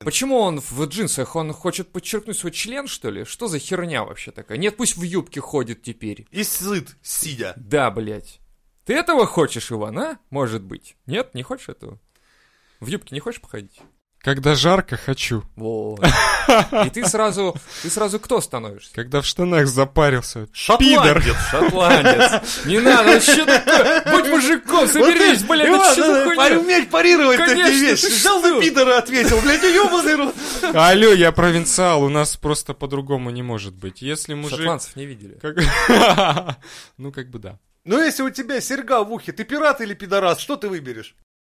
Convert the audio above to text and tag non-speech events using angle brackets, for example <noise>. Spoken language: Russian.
Почему он в джинсах? Он хочет подчеркнуть свой член, что ли? Что за херня вообще такая? Нет, пусть в юбке ходит теперь. И сыт, сидя. Да, блядь. Ты этого хочешь, Иван, а? Может быть. Нет, не хочешь этого? В юбке не хочешь походить? Когда жарко, хочу. Вот. И ты сразу, ты сразу кто становишься? Когда в штанах запарился. Шотландец, шотландец. Не надо, ну что такое? Будь мужиком, соберись, блядь, это ну, что за хуйня? уметь парировать такие Конечно, вещи. ты Взял ты пидора ответил, блядь, ёбаный рот. Алло, я провинциал, у нас просто по-другому не может быть. Если мужик... Шотландцев не видели. Как- <laughs> Ну, как бы да. Ну, если у тебя серьга в ухе, ты пират или пидорас, что ты выберешь?